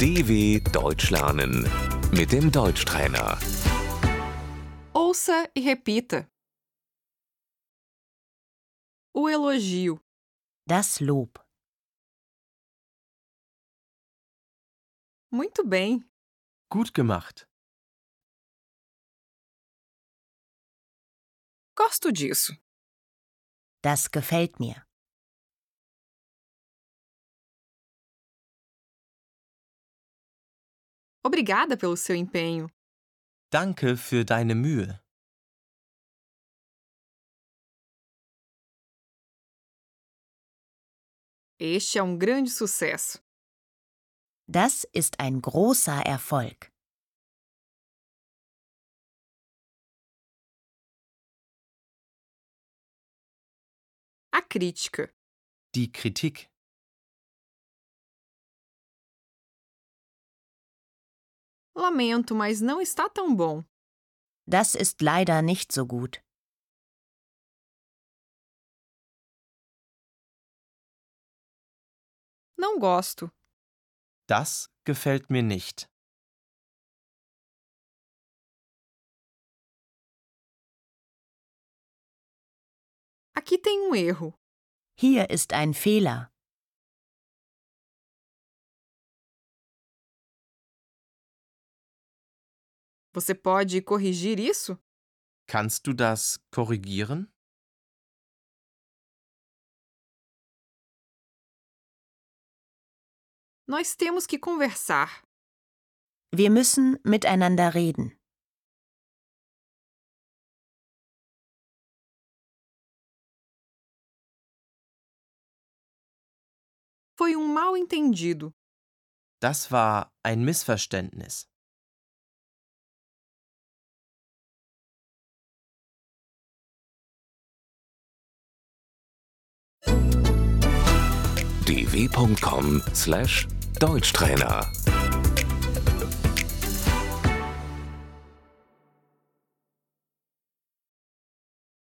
DW Deutsch lernen mit dem Deutschtrainer. Ouça e repita. O elogio, Das Lob. muito bem. Gut gemacht. Gosto disso. Das gefällt mir. Obrigada pelo seu empenho. Danke für deine Mühe. Este é um grande sucesso. Das ist ein großer Erfolg. A crítica, Die Kritik. lamento, mas não está tão bom. Das ist leider nicht so gut. Não gosto. Das gefällt mir nicht. Aqui tem um erro. Hier ist ein Fehler. Você pode corrigir isso? Kannst du das korrigieren? Nós temos que conversar. Wir müssen miteinander reden. Foi um mal entendido. Das war ein Missverständnis. dw.com/deutschtrainer